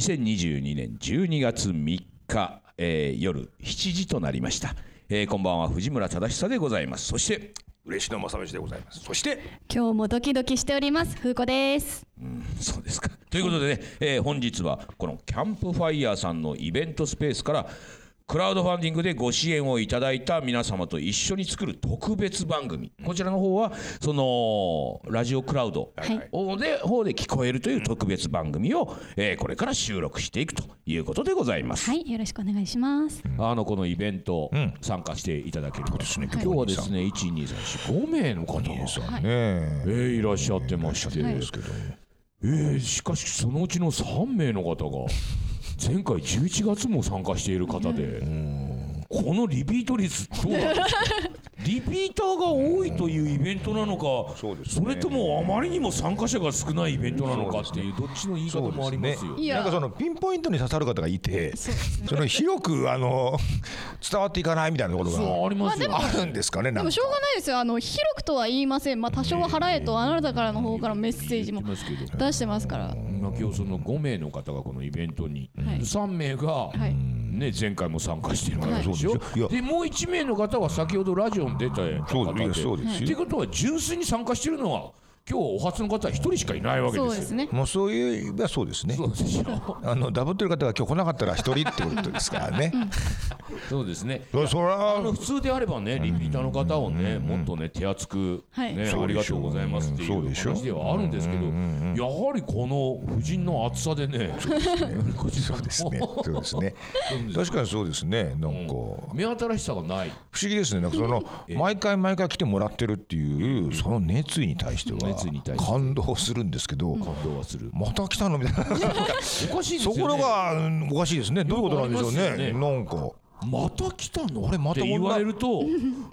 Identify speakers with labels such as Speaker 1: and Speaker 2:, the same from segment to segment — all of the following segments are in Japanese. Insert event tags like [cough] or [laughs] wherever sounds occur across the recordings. Speaker 1: 2022年12月3日、えー夜7時となりました、えーこんばんは藤村忠久でございますそして
Speaker 2: 嬉野正道でございます。そして、
Speaker 3: 今日もドキドキしております風子です
Speaker 1: そうですか。ということでね、えー本日はこのキャンプファイヤーさんのイベントスペースからクラウドファンディングでご支援をいただいた皆様と一緒に作る特別番組こちらの方はそのラジオクラウド
Speaker 3: はい
Speaker 1: をで方で聞こえるという特別番組を、えーこれから収録していくということでございます。
Speaker 3: はいよろしくお願いします
Speaker 1: あのこのイベント参加していただける方、
Speaker 2: すね
Speaker 1: 今日はですね1、2、3、4、5名の方が、
Speaker 2: ねえ
Speaker 1: えーいらっしゃってまして、
Speaker 2: ですけど、
Speaker 1: えーしかしそのうちの3名の方が前回11月も参加している方でこのリピート率どうなんですかリピーターが多いというイベントなのか
Speaker 2: そうです
Speaker 1: そ
Speaker 2: ね
Speaker 1: れともあまりにも参加者が少ないイベントなのかっていうどっちの言い方
Speaker 2: そうで
Speaker 1: もあ
Speaker 2: す
Speaker 1: りま
Speaker 2: ね
Speaker 1: すよ。
Speaker 3: いや
Speaker 2: なんかそのピンポイントに刺さる方がいて、その広くあの [laughs] 伝わっていかないみたいなこと
Speaker 1: そう
Speaker 2: が
Speaker 1: ありますよね
Speaker 2: あるんですかね。
Speaker 4: で
Speaker 2: なん
Speaker 4: も
Speaker 2: か
Speaker 4: しょうがないですよあの広くとは言いません、まあ、多少は払えとあなたからの方からメッセージも
Speaker 1: 言ってますけど
Speaker 4: 出してますから、
Speaker 1: まあ今日その5名の方がこのイベントに、
Speaker 4: はい
Speaker 1: 3名が、
Speaker 4: はい
Speaker 1: ね、前回も参加してるわけでしょ、
Speaker 2: はいそうですよい
Speaker 1: で
Speaker 2: や
Speaker 1: もう1名の方は先ほどラジオに出た方
Speaker 2: そうですそうですよ
Speaker 1: っていうことは純粋に参加してるのは今日お初の方は1人しかいないわけ
Speaker 4: そう
Speaker 1: で
Speaker 4: ですす
Speaker 1: よ。
Speaker 4: ね
Speaker 2: もうそういういやそうですね
Speaker 1: そ。うでしょ
Speaker 2: あのダブってる方が今日来なかったら一人ってことですからね。
Speaker 1: そうですね
Speaker 2: そそ
Speaker 1: あ
Speaker 2: ら
Speaker 1: の普通であればね、リピーターの方をね、もっとね、手厚く、
Speaker 4: はい
Speaker 1: ね、
Speaker 2: そ
Speaker 1: あ
Speaker 2: う
Speaker 1: り
Speaker 2: で
Speaker 1: が
Speaker 2: し
Speaker 1: と
Speaker 2: ょう
Speaker 1: うございますっていう
Speaker 2: そうでしょう
Speaker 1: 話ではあるんですけど、やはりこの夫人の厚さでね、 [laughs] こちら
Speaker 2: そうですね
Speaker 1: も。
Speaker 2: そうですね。確かにそうですね。なんか
Speaker 1: 目新しさがない。
Speaker 2: 不思議ですね。なんかその毎回毎回来てもらってるっていうその熱意に対して
Speaker 1: 熱意に対し
Speaker 2: は
Speaker 1: て
Speaker 2: 感動するんですけど、
Speaker 1: 感動はする。
Speaker 2: また来たのみたいな。
Speaker 1: おかしいですよ
Speaker 2: と
Speaker 1: ね。
Speaker 2: ころがうんおかしいですね。どういうことなんでしょ
Speaker 1: よ
Speaker 2: う
Speaker 1: くあります
Speaker 2: ね。
Speaker 1: よ
Speaker 2: なんか。
Speaker 1: また来たの
Speaker 2: あれま
Speaker 1: って
Speaker 2: た女
Speaker 1: 言われると、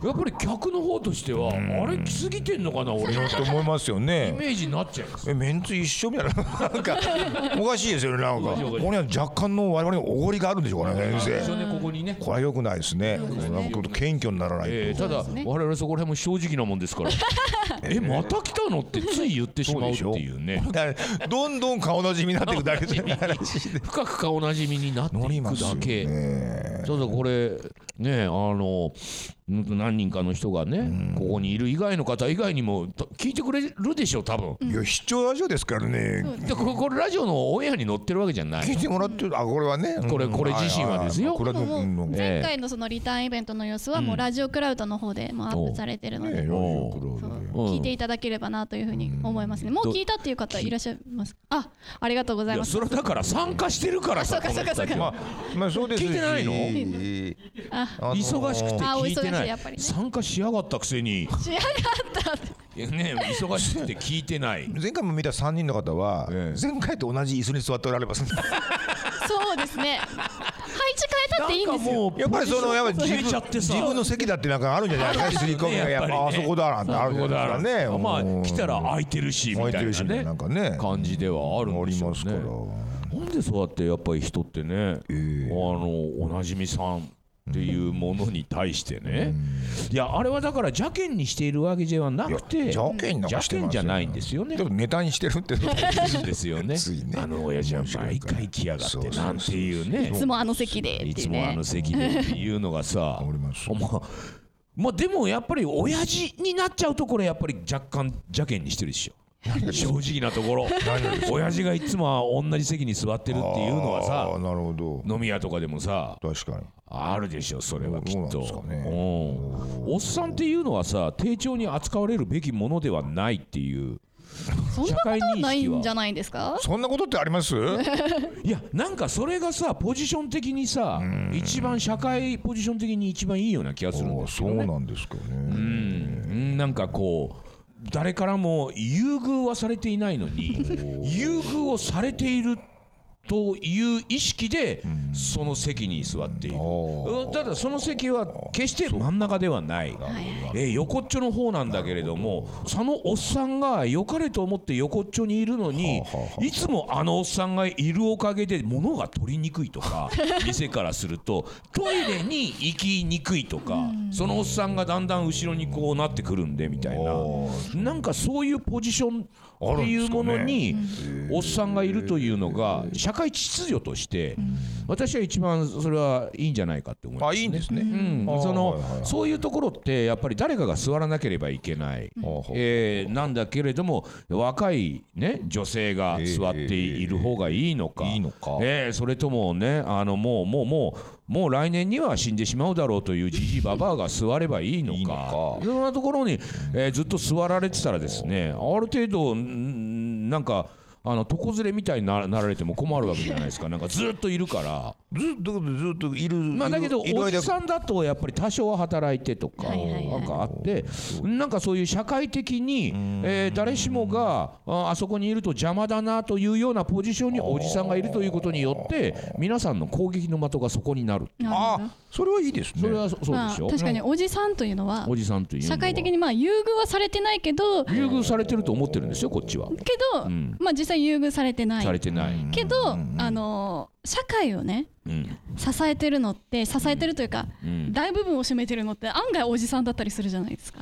Speaker 1: やっぱり客の方としては、あれ来すぎてんのかな、俺のイ
Speaker 2: と思いますよね。
Speaker 1: メージになっちゃいます。
Speaker 2: えメンツ一緒みた
Speaker 1: [laughs]
Speaker 2: いななんかおかしいですよねなんか
Speaker 1: おかしいおか
Speaker 2: こ
Speaker 1: しい
Speaker 2: こには若干の我々のおごりがあるんでしょうかね先
Speaker 1: 一
Speaker 2: 生
Speaker 1: 緒ね、ここにね。
Speaker 2: これは良くないですねなんか謙虚にならないと、
Speaker 1: えーただ、我々そこら辺も正直なもんです
Speaker 2: [laughs]
Speaker 1: からえまた来たのってつい言ってしまうっていうね
Speaker 2: だからどんどん顔なじみになっていくだけです
Speaker 1: [laughs]
Speaker 2: ね
Speaker 1: 深く顔なじみになって
Speaker 2: 乗
Speaker 1: い
Speaker 2: りま
Speaker 1: く
Speaker 2: すよ
Speaker 1: だけ、
Speaker 2: ね
Speaker 1: ただこれねあのうんと何人かの人がねここにいる以外の方以外にもと聞いてくれるでしょ多分
Speaker 2: いや視聴ラジオですからね
Speaker 1: でこれこれラジオのオンエアに載ってるわけじゃない
Speaker 2: 聞いてもらってるあこれはね
Speaker 1: これ
Speaker 2: うん
Speaker 1: これ自身はですよ
Speaker 2: いいこれは
Speaker 4: も
Speaker 2: う
Speaker 4: うんもう
Speaker 2: うん
Speaker 1: ええ
Speaker 4: 前回のそのリターンイベントの様子はもうラジオクラウドの方でもうアップされてるので、
Speaker 1: おう
Speaker 4: そう
Speaker 1: うん
Speaker 4: 聞いていただければなというふうに思いますねもう聞いたっていう方いらっしゃいますあありがとうござい
Speaker 1: いや
Speaker 4: ます
Speaker 1: それはだから参加してるからさ
Speaker 4: あそうか
Speaker 1: この人たちは
Speaker 4: そ
Speaker 2: まあ
Speaker 4: う
Speaker 2: まあそうです
Speaker 1: 聞いてないの
Speaker 2: しあの
Speaker 1: 忙しくて
Speaker 4: あお
Speaker 1: 聞いて
Speaker 4: 忙
Speaker 1: な
Speaker 4: しいや
Speaker 1: い
Speaker 4: っぱりね
Speaker 1: 参加しやがったくせに
Speaker 4: 仕上がったって
Speaker 1: いやね忙しくて聞いてない
Speaker 2: 前回も見た3人の方は、
Speaker 1: ええ
Speaker 2: 前回と同じ椅子に座っておられます
Speaker 4: そうですね配置変えたっていいんですよ
Speaker 1: も
Speaker 2: [laughs] やっぱりそのやっぱり
Speaker 1: 自分
Speaker 2: 自分
Speaker 1: ちゃってさ
Speaker 2: 自分の席だってなんかあるんじゃないですか刷り込みがやっぱあそこだなんてあるじゃないですかね
Speaker 1: まあ
Speaker 2: うん
Speaker 1: 来たら空いてるしみ
Speaker 2: 燃え
Speaker 1: た
Speaker 2: て
Speaker 1: い
Speaker 2: る
Speaker 1: な
Speaker 2: しみた
Speaker 1: ね
Speaker 2: いななんかね
Speaker 1: 感じではあるん
Speaker 2: あ
Speaker 1: で
Speaker 2: り
Speaker 1: しょう
Speaker 2: ますから、
Speaker 1: ねなんでそうやってやっぱり人ってね、あのおなじみさんっていうものに対してね、いやあれはだから邪険にしているわけではなくて
Speaker 2: 邪険なんかして
Speaker 1: 邪険
Speaker 2: ます
Speaker 1: じゃ
Speaker 2: よ
Speaker 1: ないんですよね
Speaker 2: ちょっとネタにしてるって
Speaker 1: です
Speaker 2: [laughs]
Speaker 1: よね
Speaker 2: ついね
Speaker 1: あの親父は毎回来やがってなんていうね
Speaker 4: いつもあの席で
Speaker 1: い
Speaker 4: ってい
Speaker 1: つ
Speaker 4: う
Speaker 1: もあ
Speaker 4: ね
Speaker 1: の席でっていうのがさ
Speaker 2: あります
Speaker 1: まあまあでもやっぱり親父になっちゃうとこれやっぱり若干邪険にしてるでしょ正直なところ親父がいつも同じ席に座ってるっていうのは
Speaker 2: あー
Speaker 1: さ
Speaker 2: なるほど
Speaker 1: 飲み屋とかでもさ
Speaker 2: 確かに
Speaker 1: あるでしょそれはきっと
Speaker 2: そうなんですかね
Speaker 1: うんおっさんっていうのはさ丁重に扱われるべきものではないっていう
Speaker 4: そんなことないんじゃないですか
Speaker 2: [laughs] そんなことってあります
Speaker 1: いやなんかそれがさポジション的にさ一番社会ポジション的に一番いいような気がするんです
Speaker 2: そ
Speaker 1: よ
Speaker 2: う
Speaker 1: ね
Speaker 2: なんですか
Speaker 1: う
Speaker 2: ね
Speaker 1: ん、なんかこう誰からも優遇はされていないのに優遇をされているという意識でその席に座っているうんただその席は決して真ん中ではない、えー横っちょの方なんだけれどもそのおっさんが良かれと思って横っちょにいるのにいつもあのおっさんがいるおかげで物が取りにくいと [laughs] か店からするとトイレに行きにくいとかそのおっさんがだんだん後ろにこうなってくるんでみたいななんかそういうポジションっていうものにおっさんがいるというのが社社会秩序として、私は一番それはいいんじゃないかって思います。
Speaker 2: あいいんですね、
Speaker 1: うん
Speaker 2: あー
Speaker 1: そ
Speaker 2: はいはいは
Speaker 1: の
Speaker 2: い
Speaker 1: そういうところってやっぱり誰かが座らなければいけない、
Speaker 2: ほう
Speaker 1: えーなんだけれども若い、ね、女性が座っている方がいいのか,、
Speaker 2: えーいいのか
Speaker 1: えーそれともねあのもうもうもうもう来年には死んでしまうだろうというじじいばばあが座ればいいのか
Speaker 2: いいのか
Speaker 1: いろんなところに、えーずっと座られてたらですねある程度んなんかあの床ずれみたいにななられても困るわけじゃないですかなんかずっといるから。
Speaker 2: ずっとずっといる
Speaker 1: まあ、だけど
Speaker 2: いる
Speaker 1: おじ
Speaker 2: ん
Speaker 1: さんだとやっぱり多少は働いてとか
Speaker 4: はいはいはい
Speaker 1: なんかあってなんかそういう社会的にえー誰しもがああそこにいると邪魔だなというようなポジションにおじさんがいるということによって皆さんの攻撃の的がそこになる
Speaker 4: なるほ
Speaker 2: あそれはいいですね
Speaker 1: それはそ
Speaker 4: ど
Speaker 1: そうで
Speaker 4: まあ
Speaker 1: しょ
Speaker 4: 確かにおじさんというのは
Speaker 1: おじさんというのは
Speaker 4: 社会的にまあ優遇はされてないけどけ
Speaker 1: 優遇されてると思ってるんですよこっちは
Speaker 4: ど
Speaker 1: ん
Speaker 4: まあ実際優遇されてな
Speaker 1: され
Speaker 4: い
Speaker 1: てない
Speaker 4: けどあの社会をね
Speaker 1: うん
Speaker 4: 支えてるのって支えてるというか
Speaker 1: うん
Speaker 4: 大部分を占めてるのって案外おじさんだったりするじゃないですか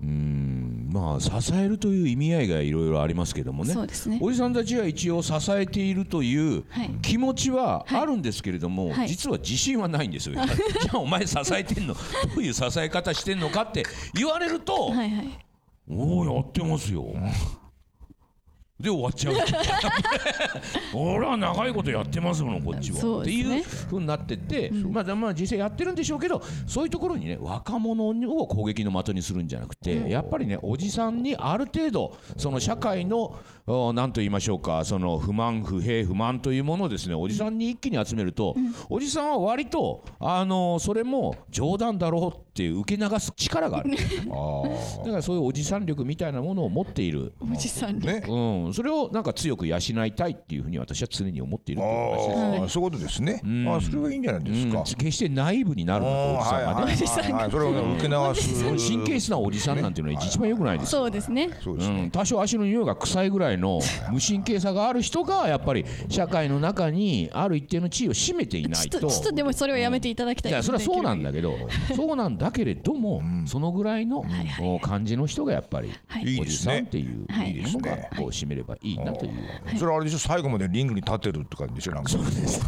Speaker 1: うんまあ支えるという意味合いがいろいろありますけどもね
Speaker 4: そうですね
Speaker 1: おじさんたちは一応支えているという
Speaker 4: はい
Speaker 1: 気持ちはあるんですけれども、
Speaker 4: はい
Speaker 1: 実は自信はないんです
Speaker 4: [laughs]
Speaker 1: よ、じゃあお前支えてんのどういう支え方してんのかって言われると、
Speaker 4: はいはい
Speaker 1: おおやってますよで終わっちゃう俺は長いことやってますものこっちは、
Speaker 4: そう
Speaker 1: って
Speaker 4: です
Speaker 1: い
Speaker 4: ね
Speaker 1: うふうになってって、まあ、だまあ実際やってるんでしょうけどそういうところにね若者を攻撃の的にするんじゃなくて、やっぱりねおじさんにある程度その社会の何と言いましょうかその不満不平不満というものをですねおじさんに一気に集めると、おじさんは割とあのそれも冗談だろうって受け流す力がある。
Speaker 2: あ
Speaker 1: だからそういうおじさん力みたいなものを持っている、
Speaker 4: おじさん
Speaker 2: ー
Speaker 4: に
Speaker 2: ね
Speaker 1: うん、それをなんか強く養いたいっていうふうに私は常に思っている
Speaker 2: あ
Speaker 1: という話です。
Speaker 2: ーそういうことですね、あそれはいいんじゃないです
Speaker 1: う
Speaker 2: か、
Speaker 1: ん、決して内部になるのとおじさんがね、
Speaker 2: おじさんがそれをね受け流す
Speaker 1: 神経質なおじさんなんていうのは一番良くないですよ
Speaker 4: そうですね
Speaker 2: そうです
Speaker 1: う
Speaker 2: ね、
Speaker 1: ん、多少足の匂いが臭いぐらいの無神経さがある人がやっぱり社会の中にある一定の地位を占めていない
Speaker 4: ち
Speaker 1: と
Speaker 4: ょっとちょっとでもそれはやめていただきたい
Speaker 1: いやそれはそうなんだけどそうなんだけれども、そのぐらいの、お感じの人がやっぱり、
Speaker 4: はい
Speaker 2: いい
Speaker 1: お
Speaker 2: で
Speaker 1: じ
Speaker 2: す
Speaker 1: さんっ
Speaker 2: ね
Speaker 1: ていう
Speaker 4: はい
Speaker 1: ものがこう占めればいいなという、
Speaker 2: それはあれでしょ最後までリングに立てるって感じでしょなんかそうです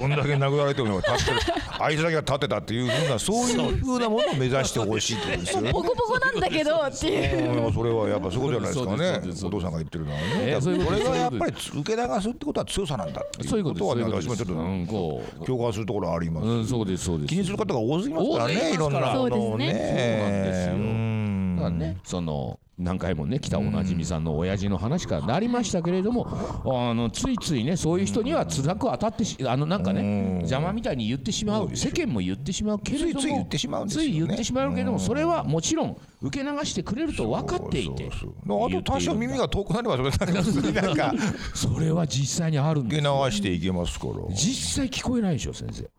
Speaker 2: どんだけ殴られても立ってるあいつだけは立ってたっていうふうなそういうふうなものを目指してほしいってことですよね
Speaker 4: ボコボコなんだけどっていう
Speaker 2: うんそれはやっぱそういうことじゃない
Speaker 1: そうでそ
Speaker 2: ですすかね
Speaker 1: うですそうです
Speaker 2: お父さんが言ってるのは
Speaker 1: えー
Speaker 2: ねそ
Speaker 1: そういうこと
Speaker 2: れ
Speaker 1: です
Speaker 2: がやっぱり受け流すってことは強さなんだって
Speaker 1: そう
Speaker 2: い
Speaker 1: いううこ
Speaker 2: こ
Speaker 1: と
Speaker 2: とは
Speaker 1: ですそういうことで
Speaker 2: ね私も
Speaker 1: す
Speaker 2: ちょっと
Speaker 1: うんこう
Speaker 2: 共感するところはあります
Speaker 1: うん、そうですそうです
Speaker 2: 気にする方が多すぎますから
Speaker 1: 多す
Speaker 2: ね
Speaker 1: ぎ
Speaker 2: いろんな
Speaker 1: ます
Speaker 4: から
Speaker 2: ものをね
Speaker 4: そう
Speaker 1: ですよ
Speaker 2: うん
Speaker 1: だからね、その何回もね来たおなじみさんの親父の話からなりましたけれども、あのついついねそういう人には辛く当たってしあのなんかね邪魔みたいに言ってしまう世間も言ってしまうけれども
Speaker 2: ついつい言ってしまうんですよね
Speaker 1: つい言ってしまうけれどもそれはもちろん受け流してくれると分かっていて
Speaker 2: そうそうあと多少耳が遠くなればそれなりに
Speaker 1: [laughs]
Speaker 2: 普通になんか
Speaker 1: それは実際にあるん
Speaker 2: 受
Speaker 1: で
Speaker 2: け
Speaker 1: す
Speaker 2: 流
Speaker 1: よ
Speaker 2: していけますから
Speaker 1: 実際聞こえないでしょ先生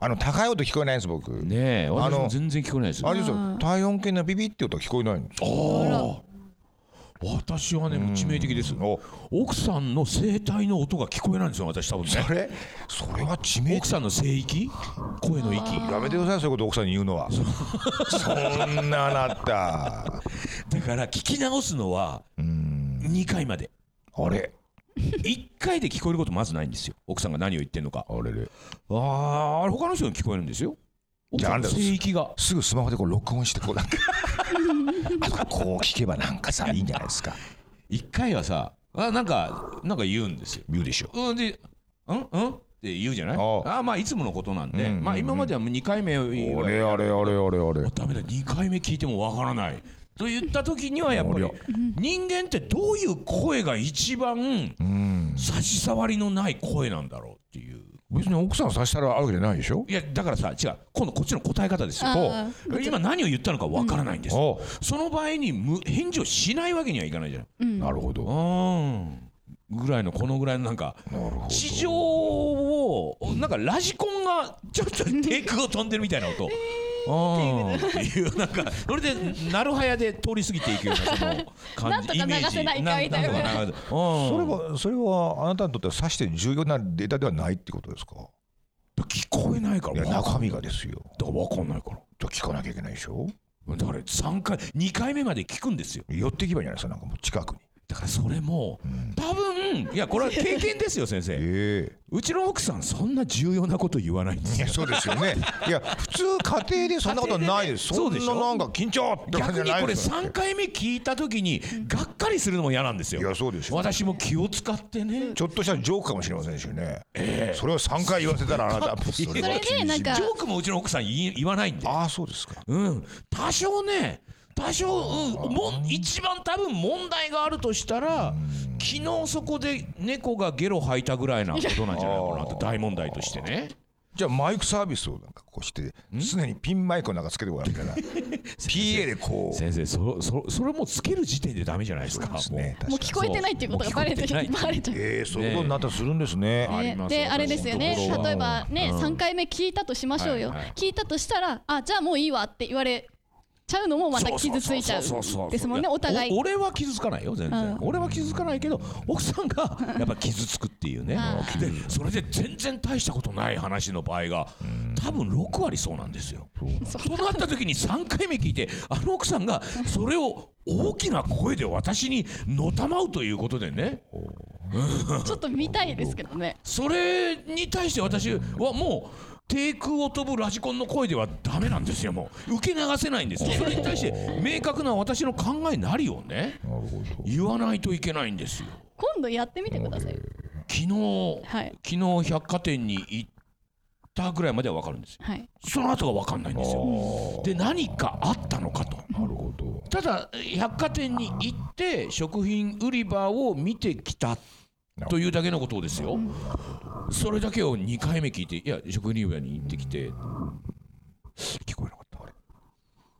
Speaker 2: あの高い音聞こえないんです僕
Speaker 1: ねえ私
Speaker 2: あ
Speaker 1: も
Speaker 2: の
Speaker 1: 全然聞こえないですよ
Speaker 2: あれですよ体温計のビビって音は聞こえないんですよ
Speaker 1: 私はね致命的です
Speaker 2: お
Speaker 1: 奥さんの声帯の音が聞こえないんですよ私多分ね
Speaker 2: それそれは致命
Speaker 1: 奥さんの声域声の域
Speaker 2: やめてくださいそういうこと奥さんに言うのはそんなあなた
Speaker 1: だから聞き直すのは2回まで
Speaker 2: あれ
Speaker 1: 1回で聞こえることまずないんですよ奥さんが何を言ってんのか
Speaker 2: あれれ
Speaker 1: あーあれ他の人に聞こえるんですよ奥
Speaker 2: じゃあ
Speaker 1: さんの
Speaker 2: あんた
Speaker 1: 声域が
Speaker 2: すぐスマホでこう録音してこうなんかあとこう聞けばなんかさいいんじゃないですか
Speaker 1: 1回はさあなんかなんか言うんですよ
Speaker 2: 言うでしょ
Speaker 1: うんで「うんうん?」って言うじゃないあ
Speaker 2: ああ
Speaker 1: あまあいつものことなんで、
Speaker 2: うんうん
Speaker 1: まあ今まではもう2回目は
Speaker 2: あれあれあれあれあれ
Speaker 1: ダメだ2回目聞いてもわからないと言った時にはやっぱり
Speaker 2: あり
Speaker 1: 人間ってどういう声が一番
Speaker 2: うん
Speaker 1: 差し障りのない声なんだろうっていう
Speaker 2: 別に奥さんをさしたらあるわけじゃないでしょ
Speaker 1: いやだからさ違う今度こっちの答え方ですよ
Speaker 4: あ
Speaker 1: 今何を言ったのかわからないんです、
Speaker 2: あ
Speaker 1: その場合に無返事をしないわけにはいかないじゃない
Speaker 2: なるほど
Speaker 1: うーんぐらいのこのぐらいのなんか地上をなんかラジコンがちょっと低空を飛んでるみたいな音。うーんっていうなんかそれでなるはやで通り過ぎていくようなその感じイ
Speaker 4: なんとか
Speaker 1: メ
Speaker 4: 流
Speaker 1: ージ
Speaker 4: せないかみたい
Speaker 1: な
Speaker 4: な
Speaker 1: んとか流せうん
Speaker 2: それはそれはあなたにとってはさして重要なデータではないってことですか
Speaker 1: 聞こえないか
Speaker 2: いや
Speaker 1: らわか
Speaker 2: 中身がですよ
Speaker 1: だからわかんないから
Speaker 2: じゃあ聞かなきゃいけないでしょ
Speaker 1: だから3回2回目まで聞くんですよ
Speaker 2: 寄っていけばいいんじゃないですかなんかもう近くに
Speaker 1: だからそれも、多分いやこれは経験ですよ先生
Speaker 2: え
Speaker 1: うちの奥さんそんな重要なこと言わないんで
Speaker 2: えい
Speaker 1: すよ
Speaker 2: やそうですよねいや普通家庭でそんなことないです
Speaker 1: 家庭
Speaker 2: そん
Speaker 1: でね
Speaker 2: ななんか緊張って感じ
Speaker 1: 逆
Speaker 2: じ
Speaker 1: に
Speaker 2: ゃない
Speaker 1: これ
Speaker 2: ですよ
Speaker 1: 3回目聞いた時にがっかりするのも嫌なんですよ
Speaker 2: いやそうでしょう
Speaker 1: 私も気を使ってね
Speaker 2: ちょっとしたジョークかもしれませんしね、それを3回言わせたらあなたそれ
Speaker 4: それでなんか
Speaker 1: ジョークもうちの奥さん言い言わないんで
Speaker 2: ああそうですか
Speaker 1: うん、多少ね、多少、うん、もん一番多分問題があるとしたら、昨日そこで猫がゲロ吐いたぐらいなことなんじゃないかなって、大問題としてね。
Speaker 2: じゃあマイクサービスをなんかこうして常にピンマイクをなんかつけてもらったら PA でこう
Speaker 1: 先生そそ、それもつける時点でダメじゃないですか、
Speaker 2: ですね
Speaker 4: も
Speaker 2: 確かに
Speaker 4: う聞こえてないっていうことがバレて
Speaker 1: そうもう聞こえてない
Speaker 4: バレちゃう。
Speaker 2: ええそういうことになったらするんですね
Speaker 1: あり
Speaker 4: ね
Speaker 1: ます
Speaker 4: で
Speaker 1: 私
Speaker 4: あれですよね
Speaker 1: のところは
Speaker 4: 例えばね、
Speaker 1: うん
Speaker 4: 3回目聞いたとしましょうよ、
Speaker 1: はいはい
Speaker 4: 聞いたとしたらあじゃあもういいわって言われちゃうのもまた傷ついちゃう
Speaker 1: そそそそ
Speaker 4: ですもんね
Speaker 1: や
Speaker 4: お互い
Speaker 1: 俺は傷つかないよ全然、
Speaker 4: うん
Speaker 1: 俺は傷つかないけど奥さんがやっぱ傷つくっていうね
Speaker 4: う
Speaker 1: でそれで全然大したことない話の場合が多分6割そうなんですよそうなった時に3回目聞いてあの奥さんがそれを大きな声で私にのたまうということでね
Speaker 4: ちょっと見たいですけどね
Speaker 1: それに対して私はもう低空を飛ぶラジコンの声ではダメなんですよもう受け流せないんですよそれに対して明確な私の考えになるよね
Speaker 2: なるほど
Speaker 1: 言わないといけないんですよ
Speaker 4: 今度やってみてください
Speaker 1: 昨日、
Speaker 4: はい
Speaker 1: 昨日百貨店に行ったぐらいまでは分かるんですよ
Speaker 4: はい
Speaker 1: その後が分かんないんですよで何かあったのかと
Speaker 2: なるほど
Speaker 1: ただ百貨店に行って食品売り場を見てきたというだけのことをですよそれだけを2回目聞いていや食品売り場に行ってきて
Speaker 2: 聞こえなかったあ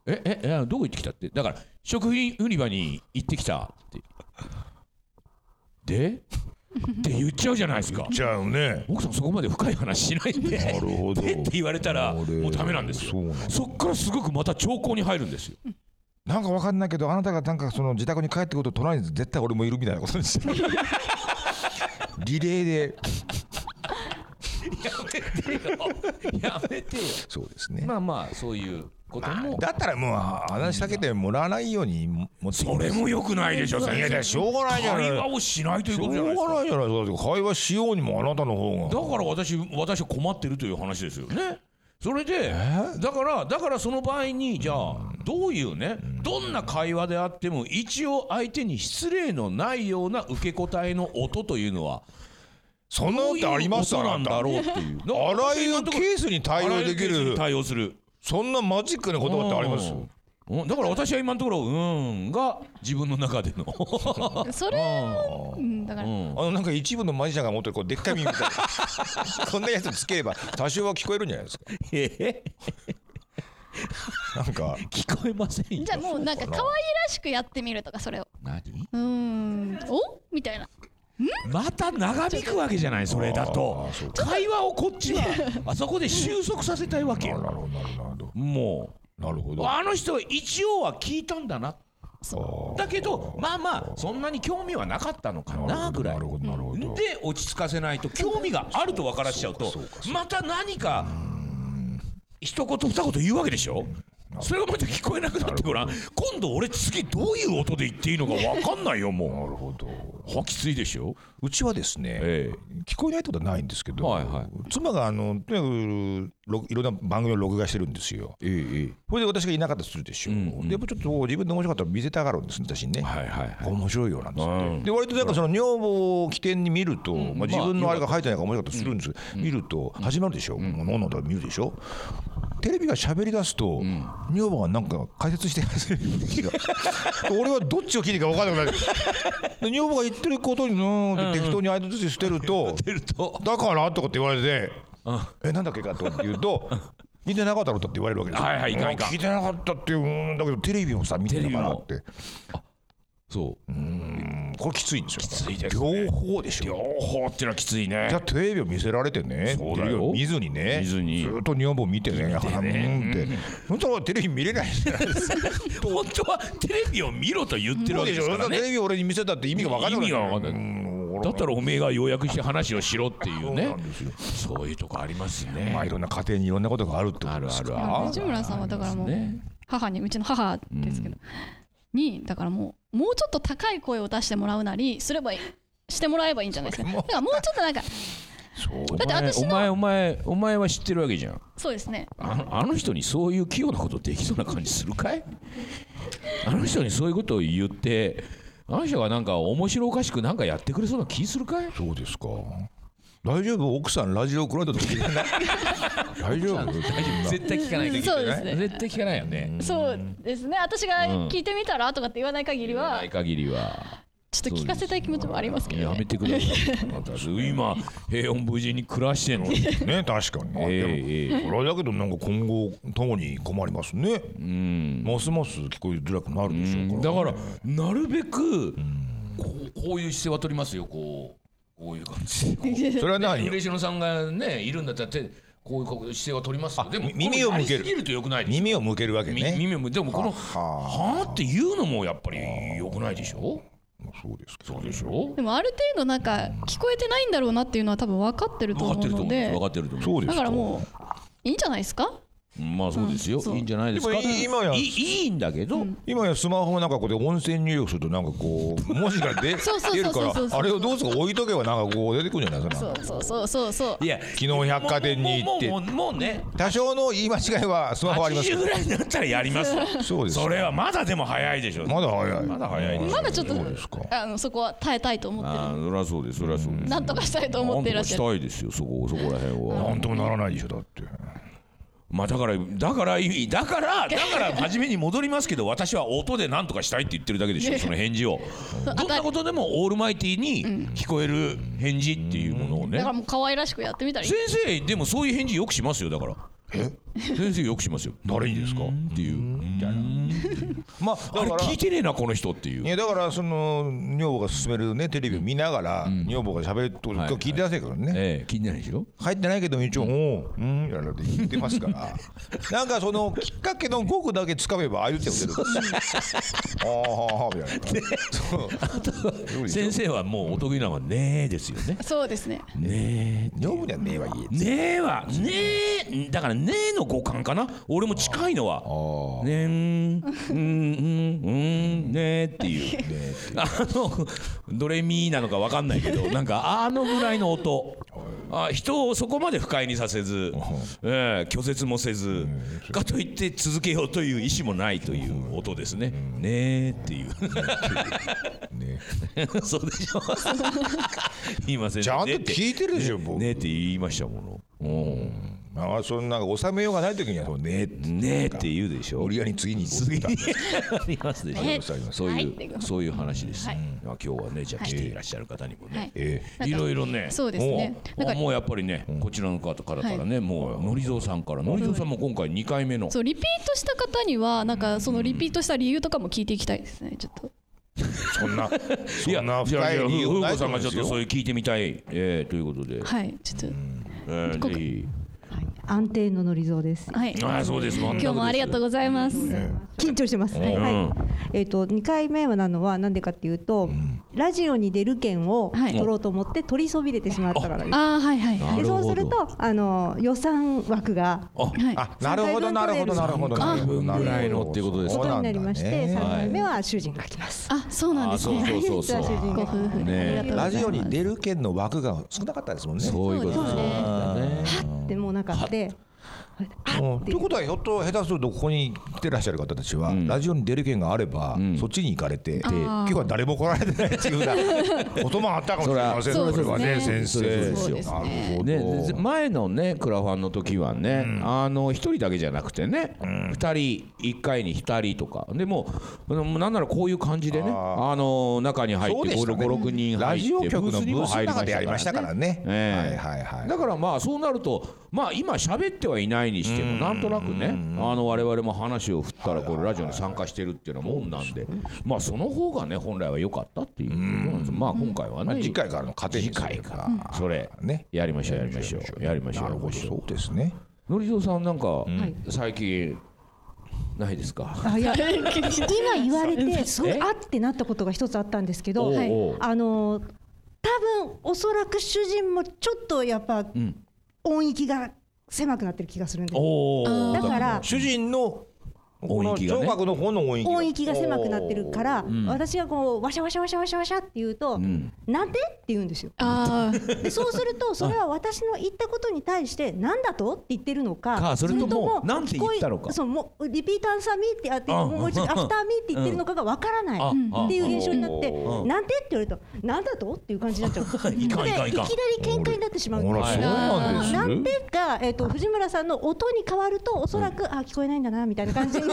Speaker 2: れ
Speaker 1: えええどこ行ってきたってだから食品売り場に行ってきたってでって言っちゃうじゃないですか
Speaker 2: じゃあね
Speaker 1: 奥さんそこまで深い話しないんで
Speaker 2: なるほど
Speaker 1: で [laughs] って言われたら
Speaker 2: 俺
Speaker 1: もうダメなんですよ
Speaker 2: そうなんだ
Speaker 1: そっからすごくまた兆候に入るんですよ
Speaker 2: なんかわかんないけどあなたがなんかその自宅に帰ってくると隣に絶対俺もいるみたいなことですよ [laughs] リレーで
Speaker 1: やめてよやめてよ
Speaker 2: そうですね
Speaker 1: まあまあそういうことも
Speaker 2: だったらもう話しかけてもらわないようにも持ってきて
Speaker 1: それも良くないでしょ先
Speaker 2: いやいや
Speaker 1: 生
Speaker 2: しょうがないじゃない
Speaker 1: 会話をしないとい
Speaker 2: し
Speaker 1: う
Speaker 2: ょ
Speaker 1: こ
Speaker 2: う
Speaker 1: と
Speaker 2: が
Speaker 1: じゃないですか
Speaker 2: ないじゃないですか会話しようにもあなたの
Speaker 1: だ
Speaker 2: 方が
Speaker 1: から私私は困ってるという話ですよね。それでだからだからその場合にじゃあどういうねどんな会話であっても一応相手に失礼のないような受け答えの音というのは
Speaker 2: そんな
Speaker 1: ど
Speaker 2: こ
Speaker 1: ういう
Speaker 2: とあります
Speaker 1: 音な
Speaker 2: あ
Speaker 1: ん
Speaker 2: な
Speaker 1: だ
Speaker 2: た
Speaker 1: ろうっていう。
Speaker 2: あらゆるケー
Speaker 1: ス
Speaker 2: スに対応できる
Speaker 1: 対応する
Speaker 2: そんなマジックな言葉ってあります
Speaker 1: うんだから私は今のところ「うーん」が自分の中での
Speaker 4: それをうんだか
Speaker 2: あ
Speaker 4: ら、
Speaker 2: のなんか一部のマジシャンが持ってるこうでっかい耳みたいな [laughs] こんなやつつければ多少は聞こえるんじゃないです
Speaker 1: え
Speaker 2: かなんか
Speaker 1: 聞こえませんよ
Speaker 4: じゃあもうなんか可愛らしくやってみるとかそれを
Speaker 1: 何
Speaker 4: うーんおみたいな
Speaker 1: また長引くわけじゃないそれだと
Speaker 2: あーそう
Speaker 1: 会話をこっちはあそこで収束させたいわけ
Speaker 2: なる
Speaker 1: よ
Speaker 2: ほどなるほど
Speaker 1: も
Speaker 2: なるほ
Speaker 1: う
Speaker 2: ど
Speaker 1: あの人は一応は聞いたんだなだけどまあまあそんなに興味はなかったのかなぐらい
Speaker 2: なるほどなるほど
Speaker 1: で落ち着かせないと興味があると分からしちゃうとまた何か一言二言言うわけでしょそれがまた聞こえなくなってごらん今度俺次どういう音で言っていいのか分かん [laughs] ないよ
Speaker 2: な
Speaker 1: も
Speaker 2: るほど
Speaker 1: うはきついでしょ
Speaker 2: うちはですね、
Speaker 1: え
Speaker 2: 聞こえないってことはないんですけど、
Speaker 1: はいは
Speaker 2: 妻があのとにかくろいろんな番組を録画してるんですよ。
Speaker 1: ええ
Speaker 2: それで私がいなかったとするでしょう。
Speaker 1: うんうん
Speaker 2: でやっぱちょっとこう自分で面白かったら見せたがるんですね私にね。
Speaker 1: はいはいはい
Speaker 2: 面白いよなんつって、
Speaker 1: うん
Speaker 2: で割となんかその女房を起点に見ると、まあ、自分のあれが入ってないから面白かったりするんですけど、見ると始まるでしょ、もう飲んだこと見るでしょテレビが喋り出すと、女房がなんか解説して始める [laughs] 時が俺はどっちを聞いていいか分からなくなるで女房が言ってることにうーんって適当に相槌してると、
Speaker 1: 出ると
Speaker 2: だからとかって言われて、えなんだっけかとって言うと聞いてなかったろとって言われるわけですよ
Speaker 1: はいはいいかんいかん
Speaker 2: 聞いてなかったっていううーんだけどテレビもさ見てるからって
Speaker 1: そう
Speaker 2: うんこれきついんですよき
Speaker 1: ついですね
Speaker 2: 両方でしょ
Speaker 1: 方ってのはきついね
Speaker 2: じゃあテレビを見せられてね
Speaker 1: そう
Speaker 2: テ
Speaker 1: だよ
Speaker 2: レビを見ずにね
Speaker 1: 見ずに
Speaker 2: ずっと女房見てね鼻うんって本当はテレビ見れないじゃないですか
Speaker 1: 本当はテレビを見ろと言ってるわけですから
Speaker 2: テ
Speaker 1: ね
Speaker 2: レビを俺に見せたって意味が分からない
Speaker 1: 意味が分かんないだったらおめえが要約して話をしろっていう
Speaker 2: そうな
Speaker 1: ね
Speaker 2: んですよ
Speaker 1: そういうとこあります
Speaker 2: まあい
Speaker 1: ね
Speaker 2: ろんな家庭にいろんなことがあるってことですか
Speaker 1: あるあるある
Speaker 4: 藤村さんはだからもう
Speaker 1: ね
Speaker 4: 母にうちの母ですけど、にだからもうもうちょっと高い声を出してもらうなりすればいいしてもらえばいいんじゃないですか
Speaker 2: もう
Speaker 4: だからもうちょっとなんか
Speaker 1: そう
Speaker 4: だって私
Speaker 1: お
Speaker 4: の
Speaker 1: 前お前お前お前は知ってるわけじゃん
Speaker 4: そうですね
Speaker 1: あのあの人にそういう器用なことできそうな感じするかいあの人にそういうことを言ってあの人がなんか面白おかしくなんかやってくれそうな気するかい
Speaker 2: そうですか大丈夫奥さんラジオ来られた時
Speaker 1: [laughs]
Speaker 2: 大丈夫
Speaker 1: 絶対聞かない
Speaker 4: うんそうですね
Speaker 1: 絶対聞かないよね
Speaker 4: そうですね私が
Speaker 1: うん
Speaker 4: 聞いてみたらとかって言わない限り
Speaker 1: 聞か
Speaker 4: は
Speaker 1: ない限りは
Speaker 4: ちょっと聞かせたい気持ちもありますけど
Speaker 1: や
Speaker 4: ね
Speaker 1: めてください私今平穏無事に暮らしてんのに
Speaker 2: ね確かに、
Speaker 1: えええ
Speaker 2: でもこれだけどなんか今後ともに困りますね、
Speaker 1: うん
Speaker 2: ますます聞こえづらくなるでしょうか
Speaker 1: だ
Speaker 2: ら、
Speaker 1: からなるべくこうこういう姿勢は取りますよこうこういう感じで [laughs] こう
Speaker 2: それは何
Speaker 1: 嬉野さんがねいるんだったらてこういうこう姿勢は取りますよでも
Speaker 2: み耳を向ける
Speaker 1: やりすぎると良くないでしょ
Speaker 2: 耳を向けるわけ
Speaker 1: み
Speaker 2: ね
Speaker 1: 耳を向けでもこの
Speaker 2: は
Speaker 1: はあって言うのもやっぱり良くないでしょ
Speaker 2: そうですけど
Speaker 1: そうでしょ
Speaker 4: でもある程度なんか聞こえてないんだろうなっていうのは多分分かってると
Speaker 1: 分かっ
Speaker 4: 思
Speaker 1: て
Speaker 4: う
Speaker 1: ると
Speaker 4: の
Speaker 1: 思う分
Speaker 4: で
Speaker 1: かってると思
Speaker 2: そうです
Speaker 4: だからもういいんじゃないですか
Speaker 1: うまあそうですよ
Speaker 4: うんそう
Speaker 1: いいんじゃないですか
Speaker 2: でもい今や
Speaker 1: いいいんだけど
Speaker 2: 今やスマホなんかこうで音声入力するとなんかこう文字が出
Speaker 4: そうそうそうそう
Speaker 2: 出るからあれをどうすか置いとけばなんかこう出てくるんじゃないですかな
Speaker 4: そ
Speaker 2: んか
Speaker 4: うそうそうそうそう
Speaker 1: いや
Speaker 2: 昨日百貨店に行って
Speaker 1: もうもうもうもうね
Speaker 2: 多少の言い間違いはスマホありますけ
Speaker 1: 80
Speaker 2: ど
Speaker 1: ぐらいになったらやりますよ
Speaker 2: そうです
Speaker 1: それはまだでも早いでしょ
Speaker 2: まだ早い
Speaker 1: まだ早い
Speaker 4: まだちょっと
Speaker 2: そうですか
Speaker 4: あのそこは耐えたいと思ってる
Speaker 1: ああそりゃそうですそりゃそうです
Speaker 4: なんとかしたいと思っていらっしゃる
Speaker 1: なんとかしたいですよそこそこら辺
Speaker 2: な
Speaker 1: は
Speaker 2: んともならないでしょだって
Speaker 1: まあだからだからいいだからだから初めに戻りますけど私は音でなんとかしたいって言ってるだけでしょその返事をどんなことでもオールマイティに聞こえる返事っていうものを
Speaker 4: だ
Speaker 1: ね
Speaker 4: からもう可愛らしくやってみたらいい
Speaker 1: 先生でもそういう返事よくしますよだから先生よくしますよ
Speaker 2: 誰にですか
Speaker 1: うーんっていうみたいな
Speaker 2: まあ
Speaker 1: あ
Speaker 2: だ
Speaker 1: れ
Speaker 2: から
Speaker 1: 聞いてねえなこの人っていう
Speaker 2: いやだからその女房が勧めるねテレビを見ながら女房が喋るってことを
Speaker 1: はい
Speaker 2: 聞いてらせいからね
Speaker 1: ええ気にならないでしょ
Speaker 2: 入ってないけど一応「おううん」やられて言ってますからなんかそのきっかけの語句だけつかめばああ言っても出るからああはあはあみたいなそう
Speaker 1: 先生はもうお得意なのはねえですよ
Speaker 2: [laughs]
Speaker 1: ね
Speaker 4: そうですね
Speaker 1: ね
Speaker 2: 女房にはねえわ言え
Speaker 1: えねえはねえだからねえの五感かな俺も近いのは
Speaker 2: あ
Speaker 1: ねんうんうんうんねえっていうあのドレミなのかわかんないけ [laughs] どなんかあのぐらいの音あ人をそこまで不快にさせず、ええ拒絶もせずかといって続けようという意思もないという音ですねねえっていう
Speaker 2: あね
Speaker 1: [laughs] そうでしょ今先生
Speaker 2: ちゃんと
Speaker 1: ねって
Speaker 2: 聞いてるでしょ僕
Speaker 1: ねえって言いましたものうん
Speaker 2: ああそんな収めようがない時にはそうね
Speaker 1: ねえって言うでしょ
Speaker 2: 無理やり次に行こう
Speaker 1: 次ありますでしょ
Speaker 4: ね
Speaker 1: そう
Speaker 4: はいいう
Speaker 1: そういう話です、
Speaker 4: はい
Speaker 1: まあ今日はねじゃあ
Speaker 4: はい
Speaker 1: 来ていらっしゃる方にも
Speaker 4: は
Speaker 1: ね
Speaker 4: い、
Speaker 2: え
Speaker 1: いろいろね
Speaker 4: そうですね
Speaker 1: もう
Speaker 4: なんか
Speaker 1: もうやっぱりねこちらの方からからねもうのりぞうさんからのりぞうさんも今回2回目の
Speaker 4: そうリピートした方にはなんかそのリピートした理由とかも聞いていきたいですねちょっと
Speaker 2: えそんなそんな
Speaker 1: じゃあじ
Speaker 2: 深
Speaker 1: ゃあ
Speaker 2: い
Speaker 1: ふ
Speaker 2: 理
Speaker 1: ふ
Speaker 2: 由
Speaker 1: う
Speaker 2: ない
Speaker 1: こさ
Speaker 2: と
Speaker 1: ん
Speaker 2: 思
Speaker 1: が
Speaker 2: い
Speaker 1: ちょっ
Speaker 2: ます
Speaker 1: とそう
Speaker 2: よ
Speaker 1: いう聞いてみたいえーということで
Speaker 4: はいちょっ
Speaker 1: えー
Speaker 4: 今
Speaker 1: ぜ
Speaker 4: 回
Speaker 1: ひ
Speaker 5: 安定ののりぞうです。
Speaker 4: とはい
Speaker 1: あーそうです
Speaker 4: 今日もありがとう
Speaker 1: う
Speaker 4: ございます
Speaker 5: 緊張してます。はい。
Speaker 1: うん
Speaker 5: えっ、と二回目なのはなんでかっていうと、ラジオに出る券を
Speaker 4: はい
Speaker 5: 取ろうと思って取りそびれてしまったからです。
Speaker 4: ああはいはい
Speaker 1: あな
Speaker 5: で
Speaker 1: るほ
Speaker 5: そ
Speaker 1: ど
Speaker 5: うするとあの予算枠が
Speaker 4: はい
Speaker 2: あなるほどなるほどなるほど
Speaker 1: 三回分
Speaker 2: なるほど
Speaker 1: ぐらいのってことです
Speaker 2: そ
Speaker 1: か
Speaker 2: うん
Speaker 5: に
Speaker 2: だ
Speaker 5: な
Speaker 2: ね
Speaker 5: りまして、三、
Speaker 1: はい
Speaker 5: 回目は主人が来ます。
Speaker 4: あそうなんです
Speaker 1: あ
Speaker 4: ね
Speaker 1: そうそうそう
Speaker 5: [laughs] はい実は主人
Speaker 4: ご
Speaker 5: が
Speaker 4: 夫婦でありがとうございます
Speaker 2: ラジオに出る件の枠が少なかったですもんね
Speaker 1: そういうこと
Speaker 4: そうですね
Speaker 1: なんだね
Speaker 5: でもうなかったで。
Speaker 2: うんということはひょっと下手するとここに来てらっしゃる方たちは、ラジオに出る件があれば、そっちに行かれて、今日は誰も来られてないっていうようなこともあったかもしれません
Speaker 4: そら
Speaker 2: これはね
Speaker 4: そう
Speaker 2: 先
Speaker 1: ですね
Speaker 2: 生
Speaker 1: そうです
Speaker 2: な
Speaker 4: よ
Speaker 2: るほど、
Speaker 1: ね、ぜ前のねクラファンの時はね、あの一人だけじゃなくてね、二人一回に二人とかでもうあのもうなんならこういう感じでね
Speaker 2: あ
Speaker 1: あの中に入
Speaker 2: そう
Speaker 1: って
Speaker 2: でし
Speaker 1: 五
Speaker 2: たね
Speaker 1: 六人
Speaker 2: ラ
Speaker 1: 入って
Speaker 2: ジオ局の
Speaker 1: に
Speaker 2: ブ
Speaker 1: も
Speaker 2: ースの
Speaker 1: 入り
Speaker 2: 中でやりましたからね、
Speaker 1: ええ
Speaker 2: はいはいはい
Speaker 1: だからまあそうなるとまあ今喋ってはいないにしてもなんとなくねあの我々も話を振ったらこれラジオに参加してるっていうのもんなんでまあその方がね本来は良かったっていうことなんですまあ今回は
Speaker 2: まあ
Speaker 1: ね
Speaker 2: 次回からの糧に
Speaker 1: 次
Speaker 2: する
Speaker 1: 回から
Speaker 2: うん
Speaker 1: それ
Speaker 2: ね
Speaker 1: やりましょうやりましょうやりましょう
Speaker 2: な
Speaker 1: やり
Speaker 2: るほ
Speaker 1: ま
Speaker 2: ど
Speaker 1: しょう
Speaker 2: そうですね
Speaker 1: のりぞうさんなんか
Speaker 5: はい
Speaker 1: 最近ないですか、
Speaker 5: あいや今言われてすごい
Speaker 1: え
Speaker 5: あってなったことが一つあったんですけど、
Speaker 1: おうおう
Speaker 5: はいあの多分おそらく主人もちょっとやっぱ
Speaker 1: ん
Speaker 5: 音域が狭くなってる気がするんです。
Speaker 1: おお
Speaker 5: だから
Speaker 2: 主人の
Speaker 1: 音域が
Speaker 2: この聴
Speaker 1: ね
Speaker 2: 覚の方の音域
Speaker 5: 音域が狭くなってるから、
Speaker 1: ん
Speaker 5: 私がこうワシャワシャワシャワシャワシャって言うと、
Speaker 1: ん
Speaker 5: なんでって言うんですよ
Speaker 4: ああ
Speaker 5: でそうする
Speaker 1: [laughs]
Speaker 5: とそれは私の言ったことに対してなんだとって言ってるのか
Speaker 1: かそれともなんて
Speaker 5: 聞
Speaker 1: 言
Speaker 5: こ
Speaker 1: っ
Speaker 5: え
Speaker 1: たのか
Speaker 5: そうもうリピーターさんミーってあって
Speaker 1: あ
Speaker 5: もう一
Speaker 1: うん
Speaker 5: 度アフターミーって言ってるのかがわからない
Speaker 1: ああ
Speaker 5: っていう現象になって
Speaker 1: うん
Speaker 5: なんでって言われるとなんだとっていう感じになっちゃう
Speaker 1: [laughs] いかんいかんい
Speaker 5: でいき
Speaker 1: か
Speaker 5: なんり喧嘩になってしまう
Speaker 2: ほらそうなんです
Speaker 5: なんでが、えっと藤村さんの音に変わるとおそらく、あ聞こえないんだなみたいな感じに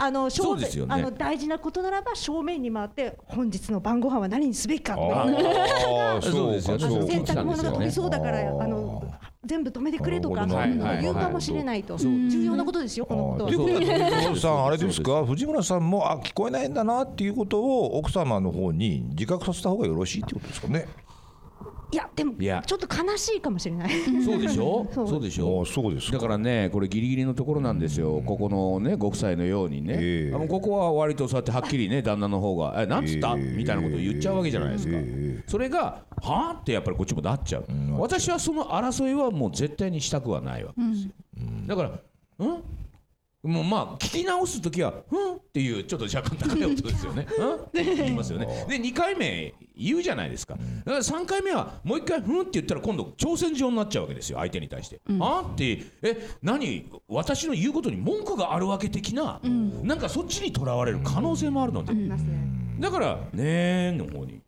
Speaker 5: あの正
Speaker 1: そうですよね
Speaker 5: あの大事なことならば正面に回って本日の晩ご飯は何にすべきかとか
Speaker 2: ああ
Speaker 1: そう
Speaker 2: そう
Speaker 1: ですよ
Speaker 2: か
Speaker 1: ね
Speaker 2: そ
Speaker 5: あ
Speaker 2: う
Speaker 5: の
Speaker 2: か
Speaker 5: 洗濯物が飛びそうだから、
Speaker 2: そう
Speaker 5: あの全部止めてくれとか、
Speaker 2: な
Speaker 5: そう
Speaker 2: るほ
Speaker 5: いう
Speaker 2: ど
Speaker 5: の
Speaker 2: ね
Speaker 5: が言うかもしれないと、重要なことですよ、このこと
Speaker 2: と
Speaker 5: は
Speaker 2: いう。ことは藤村さんあれです
Speaker 1: そう
Speaker 2: か藤村さんもあ聞こえないんだなっていうことを奥様の方に自覚させた方がよろしいってことですかね
Speaker 5: いや、でも、
Speaker 1: いや
Speaker 5: ちょっと悲しいかもしれない。
Speaker 1: そうでしょ
Speaker 5: [laughs] そう
Speaker 1: そうでし
Speaker 2: あ
Speaker 1: ょ
Speaker 2: あそうです
Speaker 1: だ
Speaker 2: か
Speaker 1: からねこれギリギリのところなんですよ、ここのねご夫妻のようにね、
Speaker 2: ええ
Speaker 1: あのここは割とそうやってはっきりね旦那の方が「えなんつった
Speaker 2: ええ
Speaker 1: みたいなことを言っちゃうわけじゃないですか、それが「はあ?」ってやっぱりこっちもなっちゃう、私はその争いはもう絶対にしたくはないわけですよ、だから「ん?」もうまあ聞き直す時は「うん?」っていうちょっと若干高い音ですよ
Speaker 5: [laughs]
Speaker 1: ね「うん?」って言いますよねで2回目言うじゃないですかだから3回目はもう1回「うん?」って言ったら今度挑戦状になっちゃうわけですよ相手に対して「ああ?」って「え何私の言うことに文句があるわけ的な、なんかそっちにとらわれる可能性もあるので、
Speaker 5: いますね
Speaker 1: だから「ねえ」の方
Speaker 5: [laughs]
Speaker 1: に。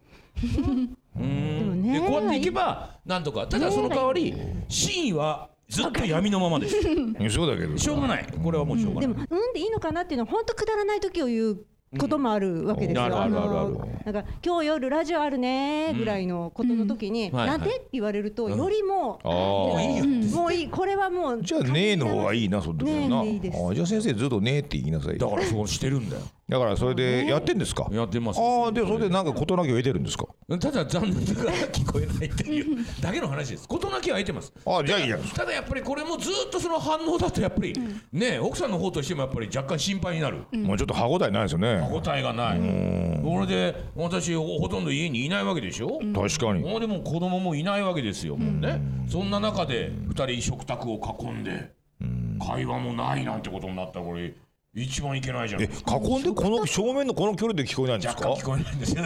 Speaker 1: うーん
Speaker 5: でも
Speaker 1: で
Speaker 5: ね
Speaker 1: こうやっていけばなんとかただその代わり真意はずっと闇のままです
Speaker 2: そうだけど
Speaker 1: しょうがないこれはもうしょうがな
Speaker 5: で
Speaker 1: い
Speaker 5: も、うんでいいのかなっていうのは、本当くだらない時を言う。こともあるわけです
Speaker 1: う
Speaker 5: よ。
Speaker 1: んあるあるある
Speaker 5: のなんか今日夜ラジオあるねぐらいのことの時に、
Speaker 1: うんはいは
Speaker 5: ないんでって言われるとよりも
Speaker 2: ああ
Speaker 1: いいよ
Speaker 5: もういいこれはもう
Speaker 2: じゃあねえの方がいいなその時はな
Speaker 5: ねえでいいです
Speaker 2: ああじゃあ先生ずっとねえって言いなさい
Speaker 1: だからそうしてるんだよ
Speaker 2: だからそれでやってんですか
Speaker 1: やってます
Speaker 2: ああでそれでなんか事なきを得てるんですか
Speaker 1: ただ残念ながら聞こえないっていうだけの話です事なきは得てます
Speaker 2: ああじゃあいいや
Speaker 1: ただやっぱりこれもずっとその反応だとやっぱり、ね奥さんの方としてもやっぱり若干心配になる
Speaker 2: もうちょっと歯応えないですよね
Speaker 1: 答えがないこれで私ほほとんど家にいないわけでしょ、
Speaker 2: 確かに
Speaker 1: もうでも子供もいないわけですよ、もうねそんな中で2人食卓を囲んで会話もないなんてことになったらこれ一番いけないじゃな
Speaker 2: え
Speaker 1: いですか
Speaker 2: 囲んでこの正面のこの距離で聞こえないんです
Speaker 1: 若
Speaker 2: か
Speaker 1: 干聞こえないんですよ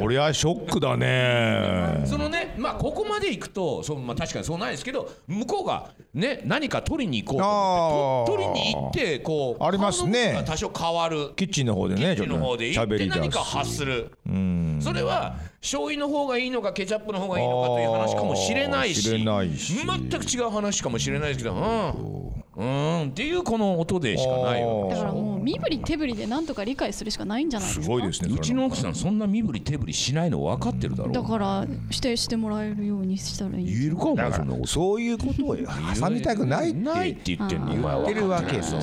Speaker 2: そりゃショックだね
Speaker 1: そのね、まあ、ここまで行くと、そうまあ、確かにそうないですけど、向こうが、ね、何か取りに行こうと思ってと
Speaker 2: あー
Speaker 1: 取りに行ってこう
Speaker 2: ありますね
Speaker 1: 顔の向きが多少変わる。
Speaker 2: キッチンの方で
Speaker 1: キ
Speaker 2: ね
Speaker 1: ッ
Speaker 2: ちょ
Speaker 1: チン
Speaker 2: っと
Speaker 1: の方で行っ
Speaker 2: 喋
Speaker 1: て
Speaker 2: り
Speaker 1: 何
Speaker 2: 出
Speaker 1: か
Speaker 2: す
Speaker 1: 発する
Speaker 2: うん
Speaker 1: それは醤油の方がいいのかケチャップの方がいいのかという話かもしれないし
Speaker 2: あー知れないし
Speaker 1: 全く違う話かもしれないですけどうんうんっていうこの音でしかないわ
Speaker 4: だからもう身振り手振りでなんとか理解するしかないんじゃないです
Speaker 2: す
Speaker 4: か
Speaker 2: ごいですね
Speaker 1: うちの奥さんそんな身振り手振りしないの分かってるだろう
Speaker 4: だから指定してもらえるようにしたらいい
Speaker 1: 言えるかお
Speaker 2: だ
Speaker 1: 前
Speaker 2: か
Speaker 1: そんな
Speaker 2: ら
Speaker 1: こと
Speaker 2: そういうことを挟みたくないって
Speaker 1: ないって言ってんのお前
Speaker 2: 言
Speaker 1: は
Speaker 2: ってるわけですよ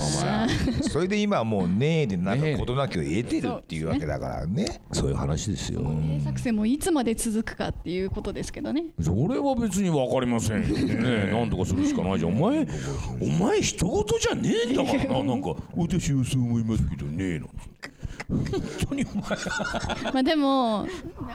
Speaker 2: それで今はもうねえでなん
Speaker 1: ねえ
Speaker 2: か事なきを得てるっていうわけだからね
Speaker 1: そういう話ですよ
Speaker 4: 作戦もいつまで続くかっていうことですけどね
Speaker 1: それは別に分かりませんよ
Speaker 2: [laughs]
Speaker 1: ねえなんとかするしかないじゃんお前お前人事じゃねえんだ
Speaker 2: [laughs]
Speaker 1: からななんか私はそう思いますけどねえの
Speaker 2: [laughs]
Speaker 1: 本当にお前
Speaker 4: まあでも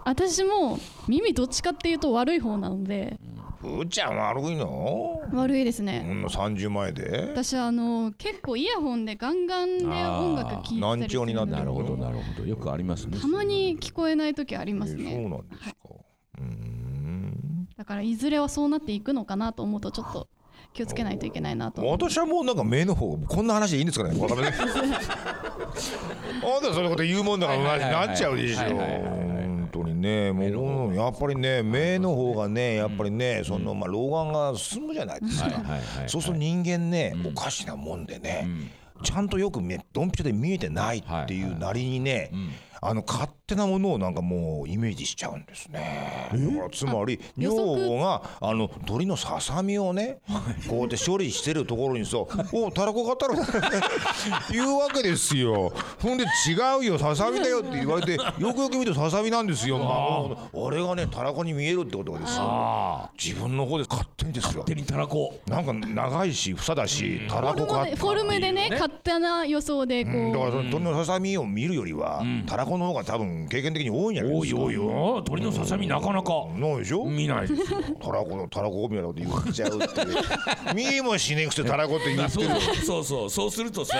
Speaker 4: 私も耳どっちかっていうと悪い方なので
Speaker 2: ふーちゃん悪いの
Speaker 4: 悪いです
Speaker 2: こ
Speaker 4: ね
Speaker 2: んな30前で
Speaker 4: 私あの結構イヤホンでガンガンで音楽聴いてたりする
Speaker 2: あー難聴になって
Speaker 4: の
Speaker 2: る
Speaker 4: で
Speaker 1: なるほどなるほどよくありますね
Speaker 4: たまに聞こえない時あり
Speaker 2: え
Speaker 4: ます
Speaker 2: ーそう
Speaker 4: ね
Speaker 2: なんですかうーん
Speaker 4: だからいずれはそうなっていくのかなと思うとちょっと気をつけないといけないなと
Speaker 2: 私はもうなんか目の方こんな話でいいんですかねわか
Speaker 1: [laughs]
Speaker 2: んないあんたそんなこと言うもんだか
Speaker 1: は
Speaker 2: ら
Speaker 1: いはいはいはい
Speaker 2: なっちゃうでしょ
Speaker 1: はいはいはいはい
Speaker 2: 本当にねもうやっぱりね目の方がねやっぱりねそのまあ老眼が進むじゃないですか
Speaker 1: はいはい
Speaker 2: そうすると人間ねおかしなもんでねちゃんとよく見えドンピシャで見えてないっていうなりにねあの勝手なものをなんかもうイメージしちゃうんですねだからつまり
Speaker 4: 予
Speaker 2: 女
Speaker 4: 測
Speaker 2: 房こがあの鳥のささみをねこうやって処理してるところにさ「おたらこ買ったろ」 [laughs] 言うわけですよほんで「違うよささみだよ」って言われてよくよく見るとささみなんですよあれがねたらこに見えるってことがですよ自分の方で勝手にですよ
Speaker 1: 手にたらこ
Speaker 2: なんか長いし房だしたら
Speaker 4: フォ
Speaker 2: こ
Speaker 4: ルム
Speaker 2: 買
Speaker 4: で
Speaker 2: った
Speaker 4: フォルムでね勝手な予想でこ
Speaker 2: うんだから
Speaker 4: う
Speaker 2: その鳥のささみを見るよりは、たらこ方の方が多分経験的に多いんじゃない
Speaker 1: お
Speaker 2: で
Speaker 1: い
Speaker 2: すか
Speaker 1: おいおい鳥のささみなかなか
Speaker 2: ないでしょ
Speaker 1: 見
Speaker 2: [laughs]
Speaker 1: ないですよ
Speaker 2: たらこのたらこみたいなこと言っちゃうって
Speaker 1: [laughs]
Speaker 2: いう見えもしねえくせたらこって言って
Speaker 1: そう
Speaker 2: る
Speaker 1: そうそうそうするとさ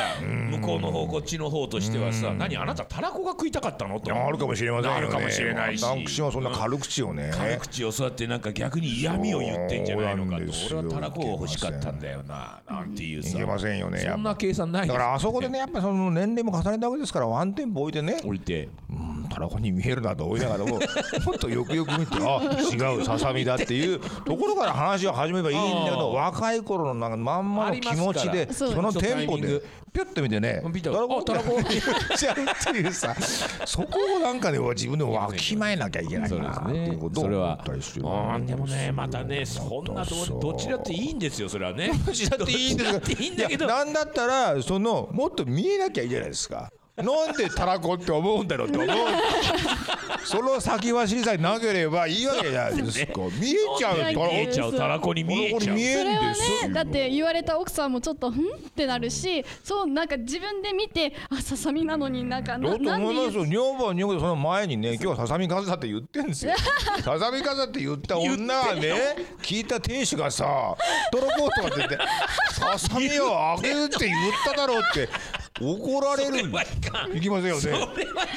Speaker 1: 向こうの方こっちの方としてはさ何あなたたらこが食いたかったのと
Speaker 2: あるかもしれませんよ
Speaker 1: あ
Speaker 2: ね
Speaker 1: るかもしれないし
Speaker 2: なん口はそんな軽口をね
Speaker 1: 軽口をそうやってなんか逆に嫌味を言ってんじゃないのかと
Speaker 2: そう
Speaker 1: 俺は
Speaker 2: なんですよ
Speaker 1: たらこが欲しかったんだよななんていう
Speaker 2: い
Speaker 1: さ
Speaker 2: けませんよねやっぱ
Speaker 1: そんな計算ない
Speaker 2: だからあそこでねやっぱその年齢も重ねたわけですからワンテンポ置いてね
Speaker 1: 降りて
Speaker 2: うんたらこに見えるなと思いなが
Speaker 1: [laughs]
Speaker 2: らももっとよくよく見てあ違うささみだっていうところから話を始めればいいんだけど
Speaker 1: あ
Speaker 2: 若い頃のなんかまんまの気持ち
Speaker 1: あり
Speaker 2: で
Speaker 1: ます
Speaker 4: から
Speaker 2: その
Speaker 1: そう
Speaker 2: テンポ
Speaker 1: タイミン
Speaker 2: で
Speaker 1: グ
Speaker 2: ピュッと見てね
Speaker 1: ピュッと
Speaker 2: たらこ
Speaker 1: あたらこ
Speaker 2: って言っ [laughs] ちゃうっていうさそこをなんかで自分でわきまえなきゃいけない
Speaker 1: そうで
Speaker 2: な
Speaker 1: す
Speaker 2: っていう
Speaker 1: ね
Speaker 2: ことを
Speaker 1: それ
Speaker 2: 思っ
Speaker 1: は
Speaker 2: たりする
Speaker 1: あーでもねまたねそんな
Speaker 2: そう
Speaker 1: どどっちだっていいんですよそれはねどっちだ
Speaker 2: っていいんです
Speaker 1: だっていいんだけど
Speaker 2: いやなんだったらそのもっと見えなきゃいいじゃないですかなんでたらこって思うんだろうって思うその先走りさえなければいいわけじゃない [laughs] ですか見えちゃう
Speaker 1: 見
Speaker 2: と
Speaker 1: えちゃうたらこに見えちゃう
Speaker 2: 見える
Speaker 4: それ
Speaker 2: ん
Speaker 4: は
Speaker 2: ですよ
Speaker 4: ねだって言われた奥さんもちょっとんってなるしそうなんか自分で見てあささみなのになんか
Speaker 2: ど
Speaker 4: な
Speaker 2: うと
Speaker 4: なん
Speaker 2: 思いま
Speaker 4: で言う
Speaker 2: すよ女房は女房でその前にね今日はささみかざって言ってんですよささみかざって言った女がね聞いた亭主がさ「トロコート」って言って「ささみをあげるって言っただろ」うって怒られるんだいきませんよね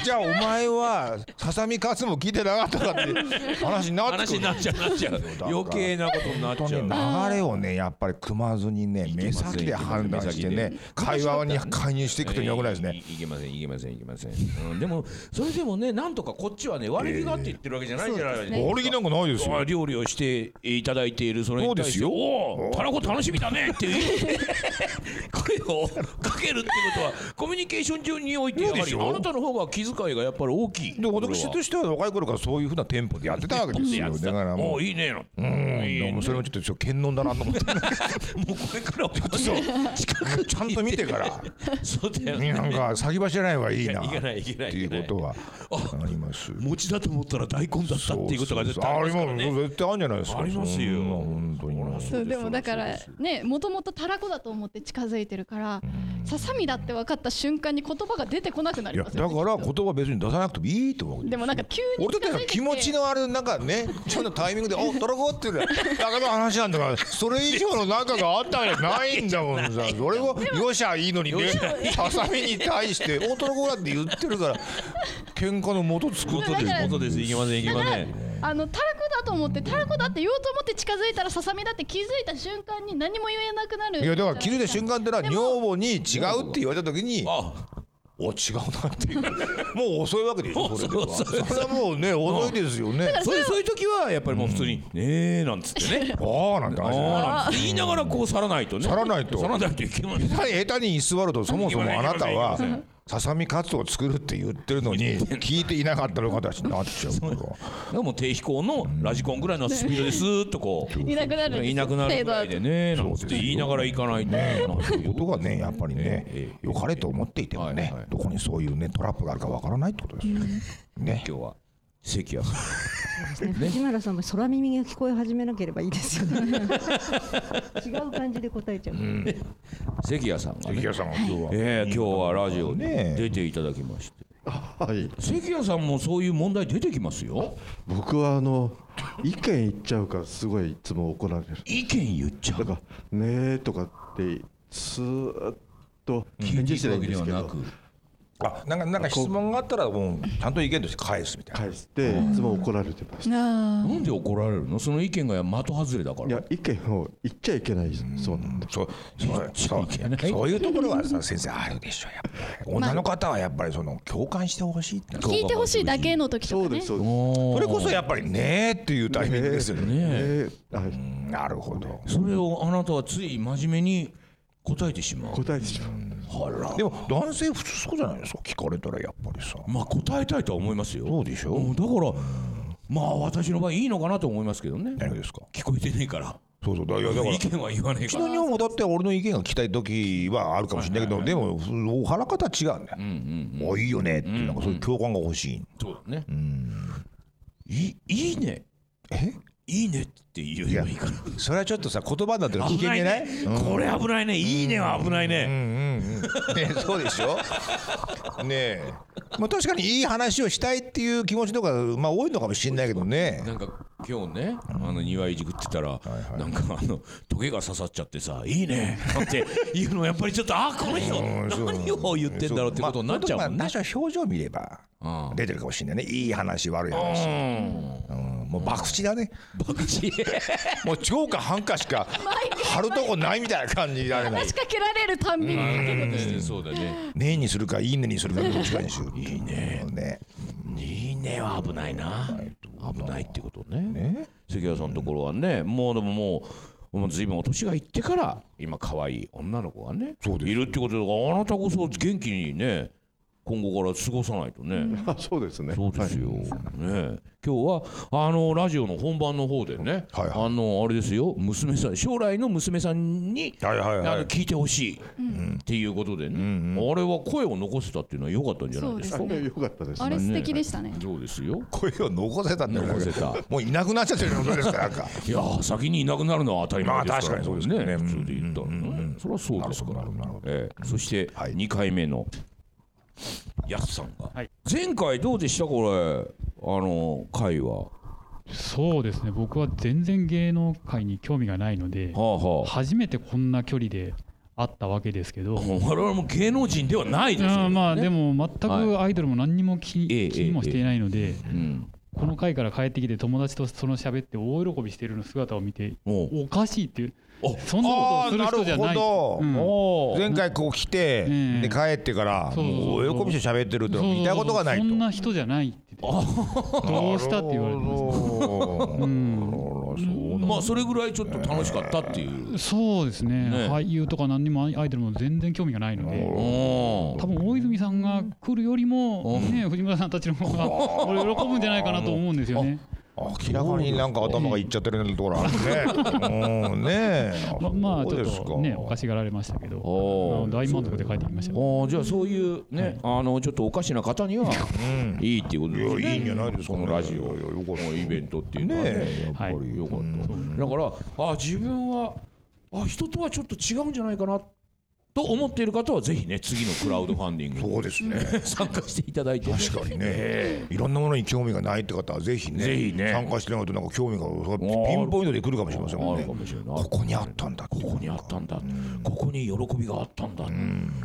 Speaker 2: じゃあお前はささみかつも聞いてなかったかって話になってく
Speaker 1: [laughs] 話
Speaker 2: る
Speaker 1: になっちゃうなっちゃう
Speaker 2: から
Speaker 1: 余計なことになっ
Speaker 2: 本
Speaker 1: ちゃう
Speaker 2: 当に流れをねやっぱり組まずにね目先で判断してね会話に介入していくというのが良くないですね
Speaker 1: いいけませんいけませんいけません、うん、でもそれでもねなんとかこっちはね割りがって言ってるわけじゃないじゃないですか、
Speaker 2: 悪気なんかないですよ
Speaker 1: あ料理をしていただいているそれに対して
Speaker 2: そうですよ
Speaker 1: おおたらこ楽しみだねっていう
Speaker 2: [laughs]
Speaker 1: 声をかけるってことはコミュニケーション上においてやは
Speaker 2: そうで
Speaker 1: り
Speaker 2: し
Speaker 1: あ
Speaker 2: ょ
Speaker 1: なたの方が気遣いがやっぱり大きい
Speaker 2: で私としては若い頃からそういうふうなテンポでやってたわけですよだから
Speaker 1: お
Speaker 2: も
Speaker 1: お
Speaker 2: う
Speaker 1: いいねの
Speaker 2: うんもうそれもちょっとちょっと健能だなと思って
Speaker 1: もうこれからは
Speaker 2: ちゃんと見てから
Speaker 1: そうだよね
Speaker 2: なんか先走らない方がいいなっ
Speaker 1: いけないい
Speaker 2: て
Speaker 1: けないいけない
Speaker 2: いうことはあります
Speaker 1: 餅だと思ったら大根だったっていうことが絶対あ
Speaker 2: あ
Speaker 1: り
Speaker 2: れ
Speaker 1: ますから
Speaker 2: も
Speaker 1: ね
Speaker 2: 絶対あるんじゃないですか
Speaker 1: ありますよ
Speaker 2: そんな本当にね
Speaker 4: そうでもだからねもともとたらこだと思って近づいてるからささみだって分かった瞬間に言葉が出てこなくないり
Speaker 2: や
Speaker 4: ます
Speaker 2: だ
Speaker 4: よ、ね、
Speaker 2: から言葉別に出さなくてもいいと思う
Speaker 4: でもなんか急に
Speaker 2: 俺だ
Speaker 4: 近
Speaker 2: っ
Speaker 4: づ
Speaker 2: て
Speaker 4: いてきて
Speaker 2: 気持ちのあれなんかねちょっとタイミン [laughs] グで「おドラゴン」って言うだけの話なんだからそれ以上の中があったわけじゃないんだもんさそれを「よっしゃいいのにねささみに対して「おドラゴン」だって言ってるから喧嘩の元作って
Speaker 4: だから
Speaker 1: そうですいけませんいけません
Speaker 4: あのたらこだと思ってたらこだって言おうと思って近づいたらささみだって気づいた瞬間に何も言えなくなる
Speaker 2: いやだから気づいた瞬間ってのは女房に違うって言われた時に
Speaker 1: あ
Speaker 2: 「お違うな」っていうもう遅いわけでしょそれでは
Speaker 1: そうそう
Speaker 2: それはもうね遅いですよね
Speaker 1: [laughs] そういうそういう時はやっぱりもう普通に「ねえ」なんつってね
Speaker 2: あ [laughs] あなんて
Speaker 1: あ
Speaker 2: 話だよ
Speaker 1: ーなんつって言いながらこう去らないとね
Speaker 2: 去らないと
Speaker 1: 去らないといけません
Speaker 2: 下手下手に居座るとそもそもあなたはささみカツを作るって言ってるのに聞いていなかったの形になっちゃうから
Speaker 1: でも低飛行のラジコンぐらいのスピードでスーッとこう
Speaker 4: いなくなるんですよ
Speaker 1: いなくなるぐらいでねなんつって言いながら行かないとなんていう
Speaker 2: 音がねやっぱり
Speaker 1: え
Speaker 2: ね
Speaker 1: え
Speaker 2: 良かれと思っていても
Speaker 1: はい
Speaker 2: ね
Speaker 1: はい
Speaker 2: どこにそういうねトラップがあるかわからないってことですよね。
Speaker 1: 今日は関谷さ
Speaker 5: 藤村さんも空耳が聞こえ始めなければいいですよ
Speaker 2: [laughs]
Speaker 5: ね。違う感じで答えちゃう。
Speaker 1: ん関谷さんが
Speaker 2: 関
Speaker 1: ね
Speaker 2: 谷さんは今日は
Speaker 1: ええ今日はラジオに
Speaker 2: ね
Speaker 1: 出ていただきまして
Speaker 6: はい、
Speaker 1: 関谷さんもそういう問題出てきますよ
Speaker 6: 僕はあの意見言っちゃうからすごいいつも怒られる
Speaker 1: 意見言っちゃ
Speaker 6: だ
Speaker 1: う
Speaker 6: から「ねえ」とかってスーッと
Speaker 1: 聞
Speaker 6: 返
Speaker 1: いて
Speaker 6: 事
Speaker 1: い
Speaker 6: しな
Speaker 1: く
Speaker 6: い
Speaker 1: わ
Speaker 6: ん
Speaker 1: けですは
Speaker 6: でけ
Speaker 1: な
Speaker 6: ど
Speaker 1: く
Speaker 2: あなんかなんか質問があったらもうちゃんと意見として返すみたいな。
Speaker 6: 返していつも怒られてました
Speaker 4: あ
Speaker 1: なんで怒られるのその意見が的外れだか
Speaker 6: い
Speaker 1: ら
Speaker 6: や意見を言っちゃいけないそうなんです
Speaker 2: そうそうそう
Speaker 1: いけない
Speaker 2: そういうところはさ先生あるでしょやっぱり女の方はやっぱりその共感してほしいって
Speaker 4: ー聞いてほしいだけの時と
Speaker 6: そう
Speaker 4: か
Speaker 6: で
Speaker 4: ね
Speaker 6: すそうです
Speaker 1: そ
Speaker 2: それこそやっぱりねーっていうタイミングですよね。
Speaker 1: ねえ
Speaker 6: ええはい
Speaker 2: なるほど。
Speaker 1: それをあなたはつい真面目に答えてしまう
Speaker 6: 答えてしまうんです
Speaker 1: あら
Speaker 2: でも男性普通そうじゃないですか。聞かれたらやっぱりさ。
Speaker 1: まあ答えたいとは思いますよ
Speaker 2: そうでしょ
Speaker 1: んだからまあ私の場合いいのかなと思いますけどね
Speaker 2: 何がですか。
Speaker 1: 聞こえてねえから
Speaker 2: そうそう。だからいやだから。
Speaker 1: 意
Speaker 2: う
Speaker 1: 見は言わねえか
Speaker 2: ちの
Speaker 1: ら
Speaker 2: 女房だって俺の意見が聞きたい時はあるかもしれないけど、でもお腹方は違うんだよ。もういいよねっていうなんかそういう共感が欲しい。
Speaker 1: そうだねいいいね
Speaker 2: え？
Speaker 1: いいねって言うよりもいいから
Speaker 2: それはちょっとさ言葉になってると危
Speaker 1: 危
Speaker 2: 険
Speaker 1: な
Speaker 2: じ
Speaker 1: い
Speaker 2: ゃない
Speaker 1: ね、これ危ないねいいねは危ないね、
Speaker 2: [laughs] ね、そうでしょねえ、まあ、確かにいい話をしたいっていう気持ちとか、まあ、多いのかもしれないけどね
Speaker 1: なんか今日ねあの庭いじくってたら、なんかあのトゲが刺さっちゃってさ「いいね」って言うのやっぱりちょっとああこの人
Speaker 2: うんそう
Speaker 1: 何を言ってんだろうってことになっちゃうもん
Speaker 2: ま
Speaker 1: ね
Speaker 2: あ本。当にまあ何しろ表情見れば
Speaker 1: うん
Speaker 2: 出てるかもしれないねいい話悪い話、うんもう博打だね
Speaker 1: 博打
Speaker 2: もう超か半かしか貼るとこないみたいな感じになれない
Speaker 4: 話しかけられるたんびにかける
Speaker 1: うんそうだね。
Speaker 2: ねえにするかいいねにするかどっちかにしよ
Speaker 1: [laughs]
Speaker 2: ういいね
Speaker 1: いいねは危ないな。危ないってことね。関谷さんのところはね、もうでももう。もう随分お年がいってから今可愛い女の子がねいるってことだからあなたこそ元気にね今後から過ごさないとね、
Speaker 6: あそうですね
Speaker 1: そうですよ、ねえ今日はあのラジオの本番の方でね、
Speaker 2: はいはい
Speaker 1: あのあれですよ娘さん将来の娘さんに、
Speaker 2: はいはいは
Speaker 1: あの
Speaker 2: い
Speaker 1: 聞いてほしい、っていうことでね、あれは声を残せたっていうのは良かったんじゃないですか
Speaker 6: あ [laughs] れ良かったです
Speaker 4: あれ素敵でしたね
Speaker 1: そうですよ
Speaker 2: 声を残せたんだよ
Speaker 1: 残せた
Speaker 2: もういなくなっちゃってるようなことですからな
Speaker 1: [laughs]
Speaker 2: んか
Speaker 1: いやー先にいなくなるのは当たり前ですから,、
Speaker 2: まあ確かにそうですよね
Speaker 1: 普通で言ったらね、それはそうですから、ええ、そして
Speaker 2: はい
Speaker 1: 2回目のやすさんが、
Speaker 7: はい
Speaker 1: 前回どうでしたこれあの回はは
Speaker 7: そうですね僕は全然芸能界に興味がないので
Speaker 1: あはあ
Speaker 7: 初めてこんな距離で会ったわけですけど
Speaker 1: 我々も芸能人ではないですよ、
Speaker 7: うんまあ
Speaker 1: ね
Speaker 7: でも全
Speaker 1: はい
Speaker 7: くアイドルも何にも気,、
Speaker 1: ええ
Speaker 7: 気にもしていないので
Speaker 1: うん、
Speaker 7: この回から帰ってきて友達とその喋って大喜びしてる姿を見て
Speaker 1: おう
Speaker 7: おかしいっていう
Speaker 1: あ
Speaker 7: そんなことをする人じゃ
Speaker 2: あーな
Speaker 7: ない
Speaker 2: るほど
Speaker 7: うん
Speaker 1: おー
Speaker 2: 前回こう来て、
Speaker 7: え
Speaker 2: で
Speaker 7: え
Speaker 2: 帰ってから
Speaker 7: そうそう
Speaker 2: も
Speaker 7: そう
Speaker 2: う喜びして喋ってるってのを見たことがない
Speaker 7: そ
Speaker 2: と
Speaker 7: うそうそうそんな人じゃないって言ってどうしたって言われてます
Speaker 2: そう
Speaker 7: うん
Speaker 1: まあそれぐらいちょっと楽しかったっていう、
Speaker 7: そうです
Speaker 1: ね
Speaker 7: ね俳優とか何にもアイドルも全然興味がないので
Speaker 1: おー
Speaker 7: 多分大泉さんが来るよりも、ね、藤村さんたちの方が俺喜ぶんじゃないかなと思うんですよね。
Speaker 2: 明らかになんか頭がいっちゃってるようなところあるねうんねえ
Speaker 7: ままあち
Speaker 2: そ
Speaker 7: ょっ
Speaker 2: うですか
Speaker 7: とねおかしがられましたけど
Speaker 1: おー
Speaker 7: あの大満足で帰ってきましたよ。
Speaker 1: おーじゃあそういうね、あのちょっとおかしな方にはいいっていうことです
Speaker 2: いや
Speaker 1: ね
Speaker 2: いいんじゃないですかね
Speaker 1: このラジオ
Speaker 2: いやよかった
Speaker 1: のイベントっていうのはね
Speaker 2: ねえ
Speaker 7: はい
Speaker 1: よかっただからあ自分はあ人とはちょっと違うんじゃないかなと思っている方はぜひね次のクラウドファンディング
Speaker 2: そうです
Speaker 7: [laughs]
Speaker 2: ね
Speaker 1: 参加していただいて
Speaker 2: 確かにねいろんなものに興味がないって方はぜひね
Speaker 1: ぜひね
Speaker 2: 参加してないとなんか興味が
Speaker 1: ー
Speaker 2: ピンポイントで来るかもしれませんもん
Speaker 1: あ
Speaker 2: ね
Speaker 1: るかもしれない
Speaker 2: ここにあったんだこ
Speaker 1: ここにあったんだ、ここに喜びがあったんだ、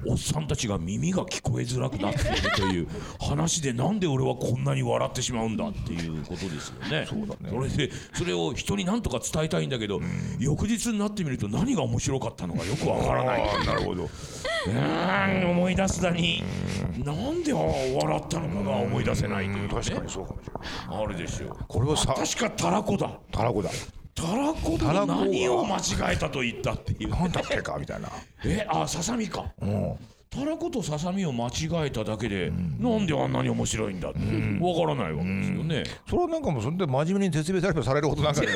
Speaker 1: おっさんたちが耳が聞こえづらくなっていると
Speaker 2: [laughs]
Speaker 1: いう話でなんで俺はこんなに笑ってしまうんだっていうことですよね。それでそれを人に何とか伝えたいんだけど、翌日になってみると何が面白かったのかよくわからない。
Speaker 2: なるほど
Speaker 1: うーん思い出すだになんであー笑ったのかが思い出せないというね
Speaker 2: 確かにそうかもしれない
Speaker 1: あれですよ。
Speaker 2: これはさ
Speaker 1: 確かたらこだ。
Speaker 2: たらこだ
Speaker 1: たらこ
Speaker 2: たら
Speaker 1: だ
Speaker 2: こは
Speaker 1: 何を間違えたと言ったっていう。
Speaker 2: なんだっけかみたいな
Speaker 1: えあささみか
Speaker 2: うん
Speaker 1: たらことささみを間違えただけで、なんであんなに面白いんだって、わからないわけですよね、
Speaker 2: それはなんかもうそれで真面目に説明されればされるほどなんかね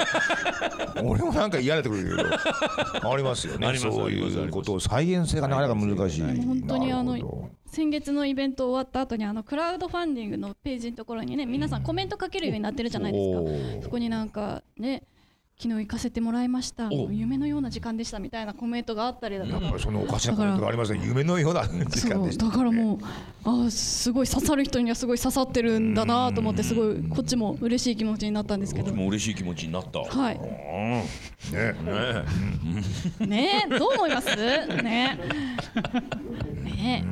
Speaker 2: 俺もなんか嫌になってくるけどありますよ
Speaker 1: あ
Speaker 2: ね
Speaker 1: ります
Speaker 2: そう
Speaker 1: ありますあり
Speaker 2: い
Speaker 1: ま
Speaker 2: う
Speaker 1: す
Speaker 2: ことを再現性がなかなか難しい
Speaker 4: 本当にあの
Speaker 2: なるほ
Speaker 4: 先月のイベント終わった後にあのクラウドファンディングのページのところにね皆さんコメント書けるようになってるじゃないですか
Speaker 2: おー
Speaker 4: そこになんかね昨日行かせてもらいました
Speaker 1: お
Speaker 4: 夢のような時間でしたみたいなコメントがあったりだ
Speaker 2: ど
Speaker 4: と
Speaker 2: やっぱ
Speaker 4: か
Speaker 2: りそのおかしなコメントがありますね夢のような時間
Speaker 4: そ
Speaker 2: で
Speaker 4: う
Speaker 2: した
Speaker 4: だからもうあーすごい刺さる人にはすごい刺さってるんだなと思ってすごいこっちも嬉しい気持ちになったんですけ
Speaker 1: で
Speaker 4: ど。
Speaker 1: も嬉しい気持ちになった、
Speaker 4: は
Speaker 1: う
Speaker 4: い、
Speaker 1: ん
Speaker 2: ね
Speaker 1: ね
Speaker 2: [laughs]
Speaker 4: ねえどう思いますねえね